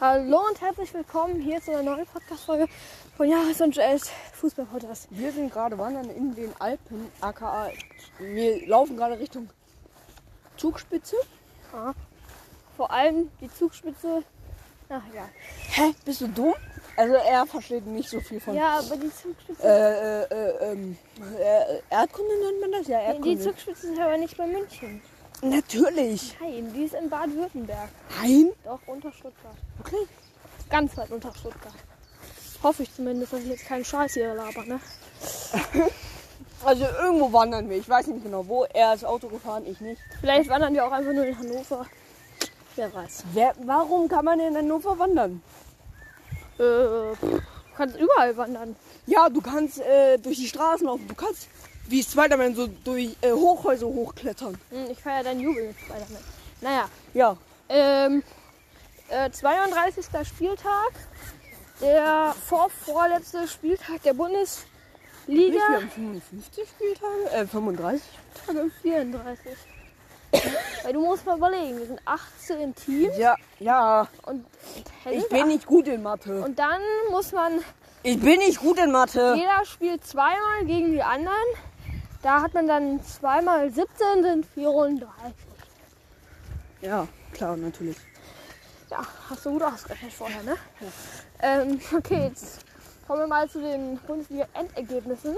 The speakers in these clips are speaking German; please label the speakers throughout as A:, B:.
A: Hallo und herzlich willkommen hier zu einer neuen Podcast-Folge von Jahres und Jazz Fußball Podcast.
B: Wir sind gerade wandern in den Alpen, aka wir laufen gerade Richtung Zugspitze.
A: Ja. Ah, Vor allem die Zugspitze. Ach ja.
B: Hä, bist du dumm? Also er versteht nicht so viel von.
A: Ja, aber die Zugspitze.
B: Äh, äh, äh, ähm, äh, Erdkunde nennt man das? Ja,
A: die- die
B: Erdkunde.
A: Zugspitze ist aber nicht bei München.
B: Natürlich.
A: Nein, die ist in Baden-Württemberg.
B: Nein.
A: Doch, unter Stuttgart.
B: Okay.
A: Ganz weit unter Stuttgart. Hoffe ich zumindest, dass ich jetzt keinen Scheiß hier laber, ne?
B: Also irgendwo wandern wir. Ich weiß nicht genau wo. Er ist Auto gefahren, ich nicht.
A: Vielleicht wandern wir auch einfach nur in Hannover. Wer weiß.
B: Wer, warum kann man in Hannover wandern?
A: Äh, pff, du kannst überall wandern.
B: Ja, du kannst äh, durch die Straßen laufen. Du kannst wie Spider-Man so durch äh, Hochhäuser hochklettern.
A: Hm, Ich feiere deinen Jubel mit Spider-Man. Naja,
B: Ja.
A: Ähm, äh, 32. Spieltag, der vorvorletzte Spieltag der Bundesliga.
B: Nicht, wir haben 55 Spieltage, äh 35.
A: 34. Also Weil du musst mal überlegen, wir sind 18 Teams
B: Ja, ja.
A: und
B: Ich bin nicht gut in Mathe.
A: und dann muss man,
B: Ich bin nicht gut in Mathe.
A: jeder spielt zweimal gegen die anderen. Da hat man dann zweimal 17, sind 34.
B: Ja, klar, natürlich.
A: Ja, hast du gut ausgerechnet vorher, ne? Ähm, okay, jetzt kommen wir mal zu den Bundesliga-Endergebnissen.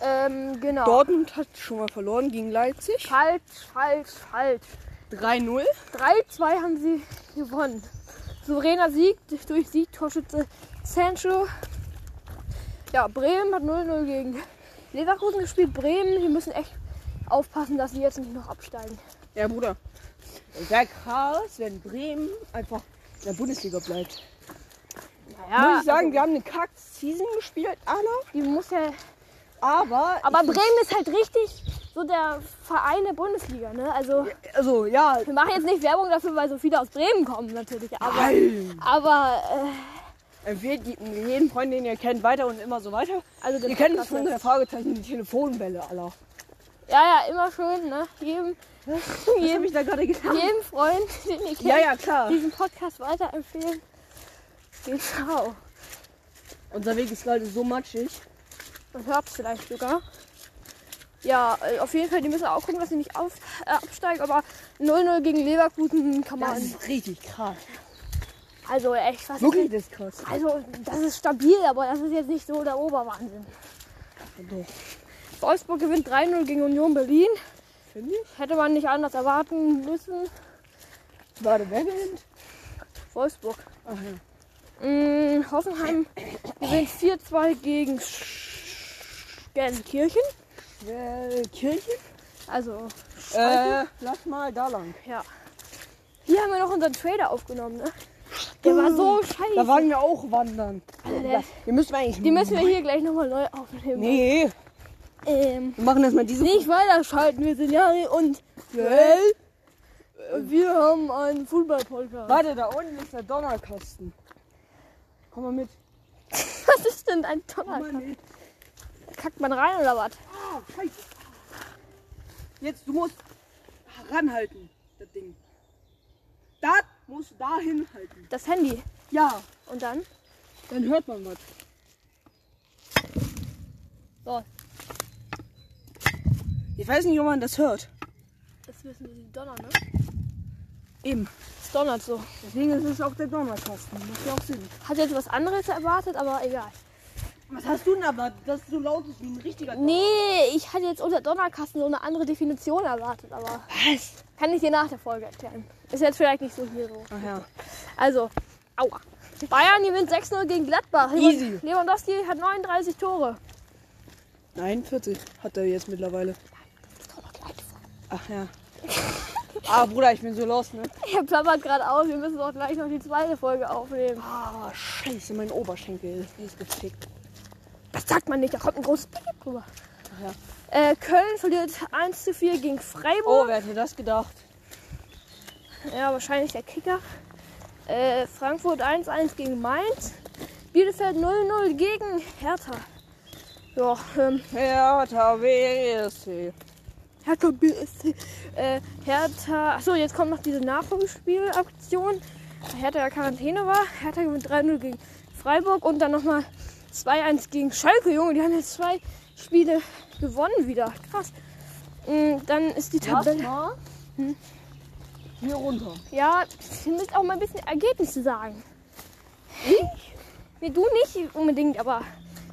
A: Ähm, genau.
B: Dortmund hat schon mal verloren gegen Leipzig.
A: Falsch, falsch, falsch.
B: 3-0.
A: 3-2 haben sie gewonnen. Souveräner Sieg durch Siegtorschütze Sancho. Ja, Bremen hat 0-0 gegen Leverkusen gespielt. Bremen, die müssen echt aufpassen, dass sie jetzt nicht noch absteigen.
B: Ja, Bruder. Es wäre krass, wenn Bremen einfach in der Bundesliga bleibt.
A: Naja,
B: Muss ich sagen,
A: also,
B: wir haben eine Kack-Season gespielt, aber.
A: die muss ja
B: Aber,
A: Aber
B: ich-
A: Bremen ist halt richtig so der Verein der Bundesliga, ne? Also
B: Also, ja.
A: wir machen jetzt nicht Werbung dafür, weil so viele aus Bremen kommen natürlich. Aber,
B: Nein.
A: aber äh,
B: Empfehlt die- jeden Freund, den ihr kennt, weiter und immer so weiter.
A: also den
B: Ihr kennt
A: Podcast
B: schon
A: jetzt.
B: der Fragezeichen, die Telefonbälle aller.
A: Ja, ja, immer schön, ne? Jedem,
B: Was habe
A: jedem,
B: ich da gerade getan?
A: jedem Freund, den ich kenne,
B: Ja, ja, klar.
A: diesen Podcast weiterempfehlen. Genau.
B: Unser Weg ist gerade so matschig.
A: Man hört es vielleicht sogar. Ja, äh, auf jeden Fall, die müssen auch gucken, dass sie nicht auf, äh, absteigen. Aber 0-0 gegen Leverkusen hm, kann
B: Das
A: man.
B: ist richtig krass.
A: Also echt, was
B: Wirklich, das ist krass.
A: Also, das ist stabil, aber das ist jetzt nicht so der Oberwahnsinn.
B: Doch,
A: Wolfsburg gewinnt 3-0 gegen Union Berlin.
B: finde ich.
A: Hätte man nicht anders erwarten müssen.
B: Warte, wer gewinnt?
A: Wolfsburg.
B: Ach ja.
A: Mm, Hoffenheim gewinnt 4-2 gegen Sch- Gelsenkirchen.
B: Äh, Kirche?
A: Also,
B: Äh, lass mal da lang.
A: ja. Hier haben wir noch unseren Trader aufgenommen, ne? Der war so
B: Da
A: scheiße.
B: waren wir auch wandern.
A: Der,
B: Die müssen wir eigentlich.
A: die müssen wir hier gleich nochmal neu aufnehmen.
B: Nee,
A: Ähm,
B: wir machen erstmal diese.
A: nicht weiterschalten, wir sind Jari und
B: Well,
A: wir haben einen Fußball-Podcast.
B: warte, da unten ist der Donnerkasten. Komm mal mit.
A: Was Oh ist denn ein
B: Ah, Komm mal
A: Donnerkasten?
B: mit.
A: Kackt man rein oder was?
B: Ah, scheiße. Jetzt, du musst ranhalten, das Ding. Das musst du dahin halten.
A: Das Handy.
B: Ja,
A: Und dann?
B: dann hört man was.
A: So,
B: Ich weiß nicht, ob man das hört.
A: jetzt müssen wir sie donnern, ne?
B: Eben.
A: Es donnert so.
B: Deswegen ist es auch der Donnerkasten. Macht ja auch Sinn.
A: Hat jetzt was anderes erwartet, aber egal.
B: Was hast du denn erwartet? Dass es so laut ist wie ein richtiger
A: Nee, ich hatte jetzt unter Donnerkasten so eine andere Definition erwartet, aber
B: Was?
A: kann ich dir nach der Folge erklären. Ist jetzt vielleicht nicht so hier so.
B: Ach ja.
A: Also, aua. Bayern gewinnt 6-0 gegen Gladbach.
B: Easy.
A: Lewandowski hat 39 Tore.
B: Nein, 40 hat er jetzt mittlerweile.
A: Ich
B: Ach ja. ah, Bruder, ich bin so los, ne?
A: Er plappert gerade aus, wir müssen doch gleich noch die zweite Folge aufnehmen.
B: Ah, scheiße, mein Oberschenkel ist gefickt.
A: Das sagt man nicht, da kommt ein großes Piep drüber.
B: Ach ja.
A: Äh, Köln verliert 1 zu 4 gegen Freiburg.
B: Oh, wer hätte das gedacht?
A: Ja, wahrscheinlich der Kicker. Äh, Frankfurt 1-1 gegen Mainz. Bielefeld 0-0 gegen Hertha. Ja, ähm,
B: Hertha WSC.
A: Hertha BSC. Äh, Hertha. Achso, jetzt kommt noch diese Nachholspielaktion. Hertha ja Quarantäne war. Hertha gewinnt 3-0 gegen Freiburg und dann nochmal 2-1 gegen Schalke. Junge, die haben jetzt zwei Spiele gewonnen wieder. Krass. Mm, Dann ist die Tabelle.
B: mal Hm? hier runter.
A: Ja, ihr müsst auch mal ein bisschen Ergebnisse sagen. Ich? Nee, du nicht unbedingt, aber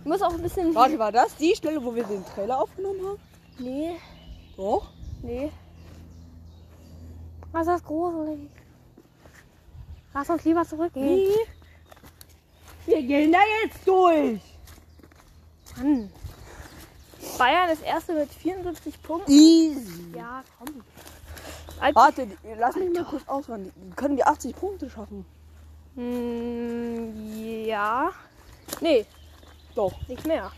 A: du musst auch ein bisschen.
B: Warte, war das die Stelle, wo wir den Trailer aufgenommen haben?
A: Nee,
B: Doch.
A: nee. Was ist das gruselig? Lass uns lieber zurückgehen.
B: Wir gehen da jetzt durch.
A: Mann. Bayern ist erste mit 74 Punkten.
B: Easy.
A: Ja, komm.
B: Warte, die- lass mich mal kurz auswandern. Die- Können wir 80 Punkte schaffen?
A: Mm, ja. Nee,
B: Doch,
A: nicht mehr.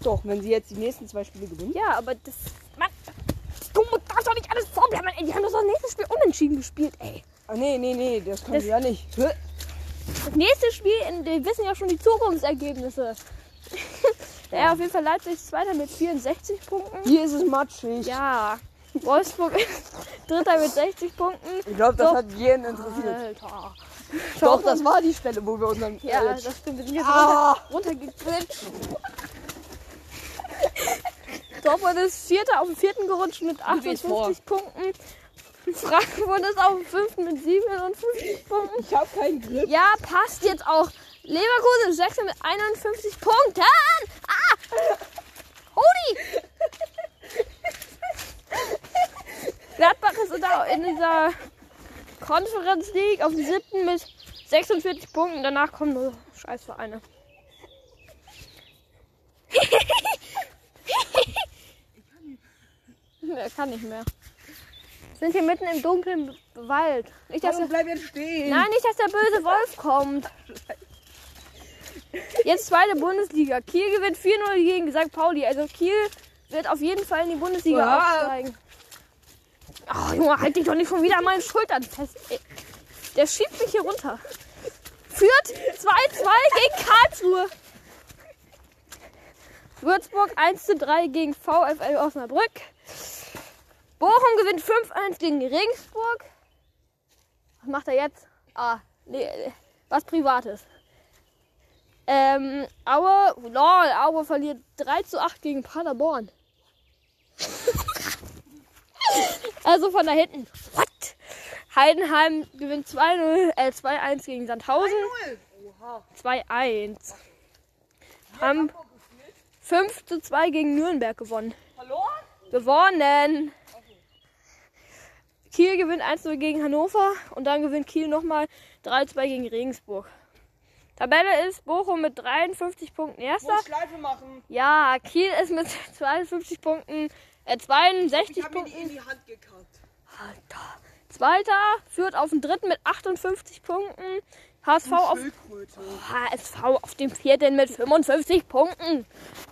B: doch, wenn sie jetzt die nächsten zwei Spiele gewinnen.
A: Ja, aber das. Mann, du darfst doch nicht alles vorbleiben. Ey, die haben doch das nächste Spiel unentschieden gespielt, ey.
B: Ah, nee, nee, nee, das können
A: Das-
B: sie ja nicht. Hä?
A: Das nächste Spiel, in- wir wissen ja schon die Zukunftsergebnisse. ja, auf jeden Fall Leipzig ist Zweiter mit 64 Punkten.
B: Hier ist es matschig.
A: Ja, Wolfsburg ist Dritter mit 60 Punkten.
B: Ich glaube, das
A: Doch.
B: hat jeden interessiert.
A: Alter.
B: Äh, Doch, das war die Stelle, wo wir unseren.
A: Ja,
B: Äh,
A: das stimmt. Wir sind jetzt
B: Ah.
A: runter, runtergequetscht. Dortmund ist Vierter auf dem vierten gerutscht mit
B: geht's vor?
A: 58 Punkten. Frankfurt ist auf dem fünften mit 57 Punkten.
B: ich habe keinen Griff.
A: Ja, passt jetzt auch. Leverkusen ist Sechster mit 51 Punkten. Ah! Hodi! Gladbach ist unter- in dieser Conference League auf dem siebten mit 46 Punkten. Danach kommen nur Scheißvereine. Er kann nicht mehr. Sind hier mitten im dunklen Wald. Nicht, dass
B: Hallo, bleib jetzt stehen.
A: Nein, nicht, dass der böse Wolf kommt. Jetzt zweite Bundesliga. Kiel gewinnt 4-0 gegen St. Pauli. Also Kiel wird auf jeden Fall in die Bundesliga
B: Ja.
A: aufsteigen. Ach, Junge, halt dich doch nicht schon wieder an meinen Schultern fest. Ey. Der schiebt mich hier runter. Führt 2-2 gegen Karlsruhe. Würzburg 1-3 gegen VfL Osnabrück. Bochum gewinnt 5-1 gegen Regensburg. Was macht er jetzt? Ah, nee, äh, was Privates. Ähm, Aue, lol, Aue verliert 3 zu 8 gegen Paderborn. also von da hinten. What? Heidenheim gewinnt 2-0, äh, 2-1 gegen Sandhausen. 2-1. Haben 5 zu 2 gegen Nürnberg gewonnen.
B: Verloren?
A: Gewonnen! Kiel gewinnt 1-0 gegen Hannover und dann gewinnt Kiel nochmal 3-2 gegen Regensburg. Tabelle ist Bochum mit 53 Punkten erster.
B: Muss Schleife machen.
A: Ja, Kiel ist mit 52 Punkten, äh,
B: Ich
A: 62
B: habe mir die in
A: Punkten.
B: die Hand gekackt.
A: Alter. Zweiter führt auf den dritten mit 58 Punkten. HSV
B: Hm,
A: auf
B: Schildkröte.
A: HSV auf dem vierten mit 55 Punkten.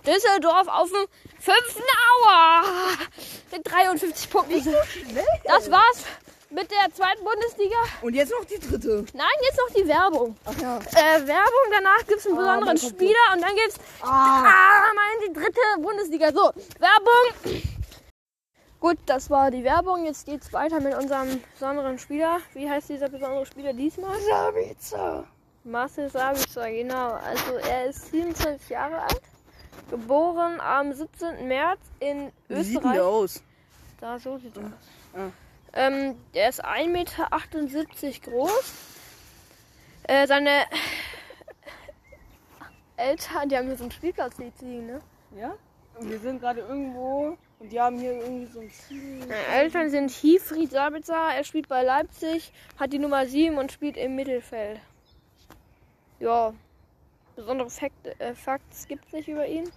A: Düsseldorf auf dem fünften Auer mit 53 Punkten. Das war's mit der zweiten Bundesliga.
B: Und jetzt noch die dritte.
A: Nein, jetzt noch die Werbung.
B: Ach ja.
A: Äh, Werbung, danach gibt's einen
B: Ah,
A: besonderen
B: mein Computer.
A: Spieler und dann gibt's
B: Ah.
A: Ah, meine die dritte Bundesliga. So, Werbung. Gut, das war die Werbung. Jetzt geht's weiter mit unserem besonderen Spieler. Wie heißt dieser besondere Spieler diesmal?
B: Sabica.
A: Marcel Sabitzer, genau. Also er ist 27 Jahre alt, geboren am 17. März in
B: Wie sieht denn der
A: Österreich.
B: aus?
A: Da so sieht er aus.
B: Ah.
A: Ähm, er ist 1,78 Meter groß. Äh, seine Eltern, die haben hier so einen Spielplatz liegen, ne?
B: Ja? Und wir sind gerade irgendwo und die haben hier irgendwie so ein Ziel.
A: Seine Eltern sind Hifried Sabitzer, er spielt bei Leipzig, hat die Nummer 7 und spielt im Mittelfeld. Ja, besondere Fakt, äh, Facts gibt es nicht über ihn.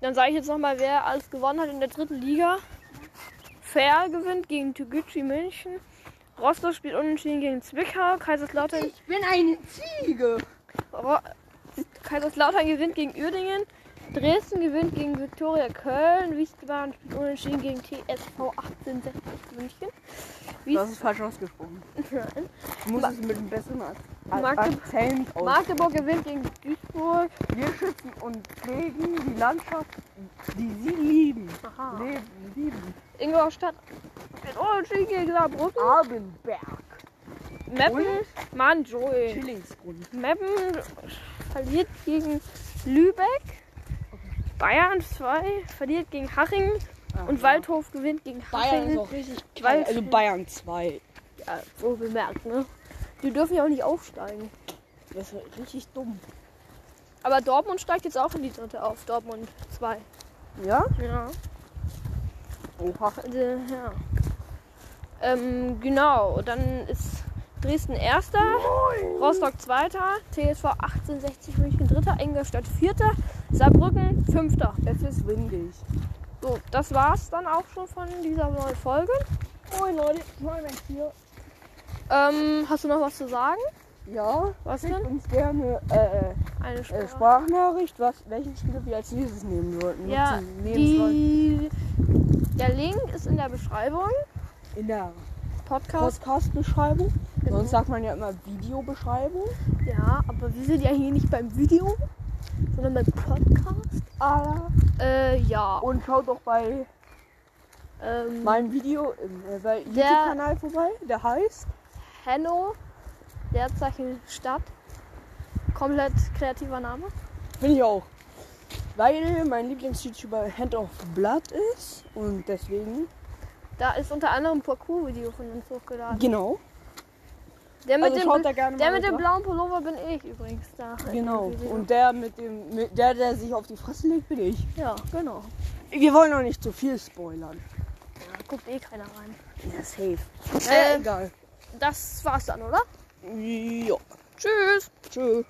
A: Dann sage ich jetzt nochmal, wer alles gewonnen hat in der dritten Liga. Fair gewinnt gegen Toguchi München. Rostock spielt unentschieden gegen Zwickau. Kaiserslautern,
B: Ich bin eine Ziege.
A: Ro Kaiserslautern gewinnt gegen Uerdingen. Dresden gewinnt gegen Viktoria Köln. Wiesbaden spielt unentschieden gegen TSV 1860 München.
B: Du hast es falsch ausgesprochen.
A: Nein.
B: Du musst es mit einem besseren Ak
A: Magde-
B: Akzent aus.
A: Magdeburg gewinnt gegen Duisburg.
B: Wir schützen und pflegen die Landschaft, die sie lieben.
A: Aha.
B: Leben, lieben.
A: Ingolstadt spielt unentschieden gegen Saarbrücken.
B: Abenberg.
A: Meppen, Mann, Joel.
C: Schillingsgrund.
A: Meppen verliert gegen Lübeck. Bayern 2 verliert gegen Haching. Und Waldhof gewinnt gegen
B: Bayern
A: Haching.
B: ist auch richtig
A: Weil-
B: geil. Also Bayern 2.
A: Ja, so bemerkt, ne? Die dürfen ja auch nicht aufsteigen.
B: Das ist richtig dumm.
A: Aber Dortmund steigt jetzt auch in die dritte auf. Dortmund 2.
B: Ja?
A: Ja.
B: Oha.
A: Also, ja. Ähm, genau, dann ist Dresden erster, Rostock zweiter, TSV 1860 München dritter, Ingolstadt vierter, Saarbrücken fünfter.
C: Es ist windig.
A: So, das war's dann auch schon von dieser neuen Folge.
B: Moin Leute, mal weg hier.
A: Ähm, hast du noch was zu sagen?
B: Ja,
A: Was
B: schickt
A: denn?
B: uns gerne äh,
A: Eine
B: äh, äh,
A: Sprache.
B: Sprachnachricht, was, welchen Spieler wir als nächstes nehmen sollten.
A: Ja,
B: nutzen, nehmen sollten.
A: die, der Link ist in der Beschreibung.
B: In der
A: Podcast.
B: Podcast-Beschreibung.
A: Genau.
B: Sonst sagt man ja immer Videobeschreibung.
A: Ja, aber wir sind ja hier nicht beim Video, sondern beim Podcast.
B: Ah,
A: Äh, ja.
B: und schaut doch bei
A: Ähm,
B: meinem Video im äh, bei
A: Der-
B: YouTube-Kanal vorbei. Der heißt
A: Hanno, Leerzeichen Stadt. Komplett kreativer Name.
B: Bin ich auch. Weil mein Lieblings-YouTuber Hand of Blood ist und deswegen.
A: Da ist unter anderem ein Parcours-Video von uns hochgeladen.
B: Genau.
A: Der mit,
B: also
A: dem,
B: schaut
A: bl-
B: da gerne
A: der
B: mal
A: mit dem
B: nach.
A: blauen Pullover bin ich übrigens da.
B: Genau.
A: In dem Video.
B: Und der mit dem. Mit der, der sich auf die Fresse legt, bin ich.
A: ja, genau.
B: Wir wollen auch nicht zu viel spoilern.
A: Da guckt eh keiner rein.
B: Ja, safe.
A: Äh,
B: Äh, egal.
A: Das war's dann, oder?
B: Ja.
A: Tschüss.
B: Tschüss.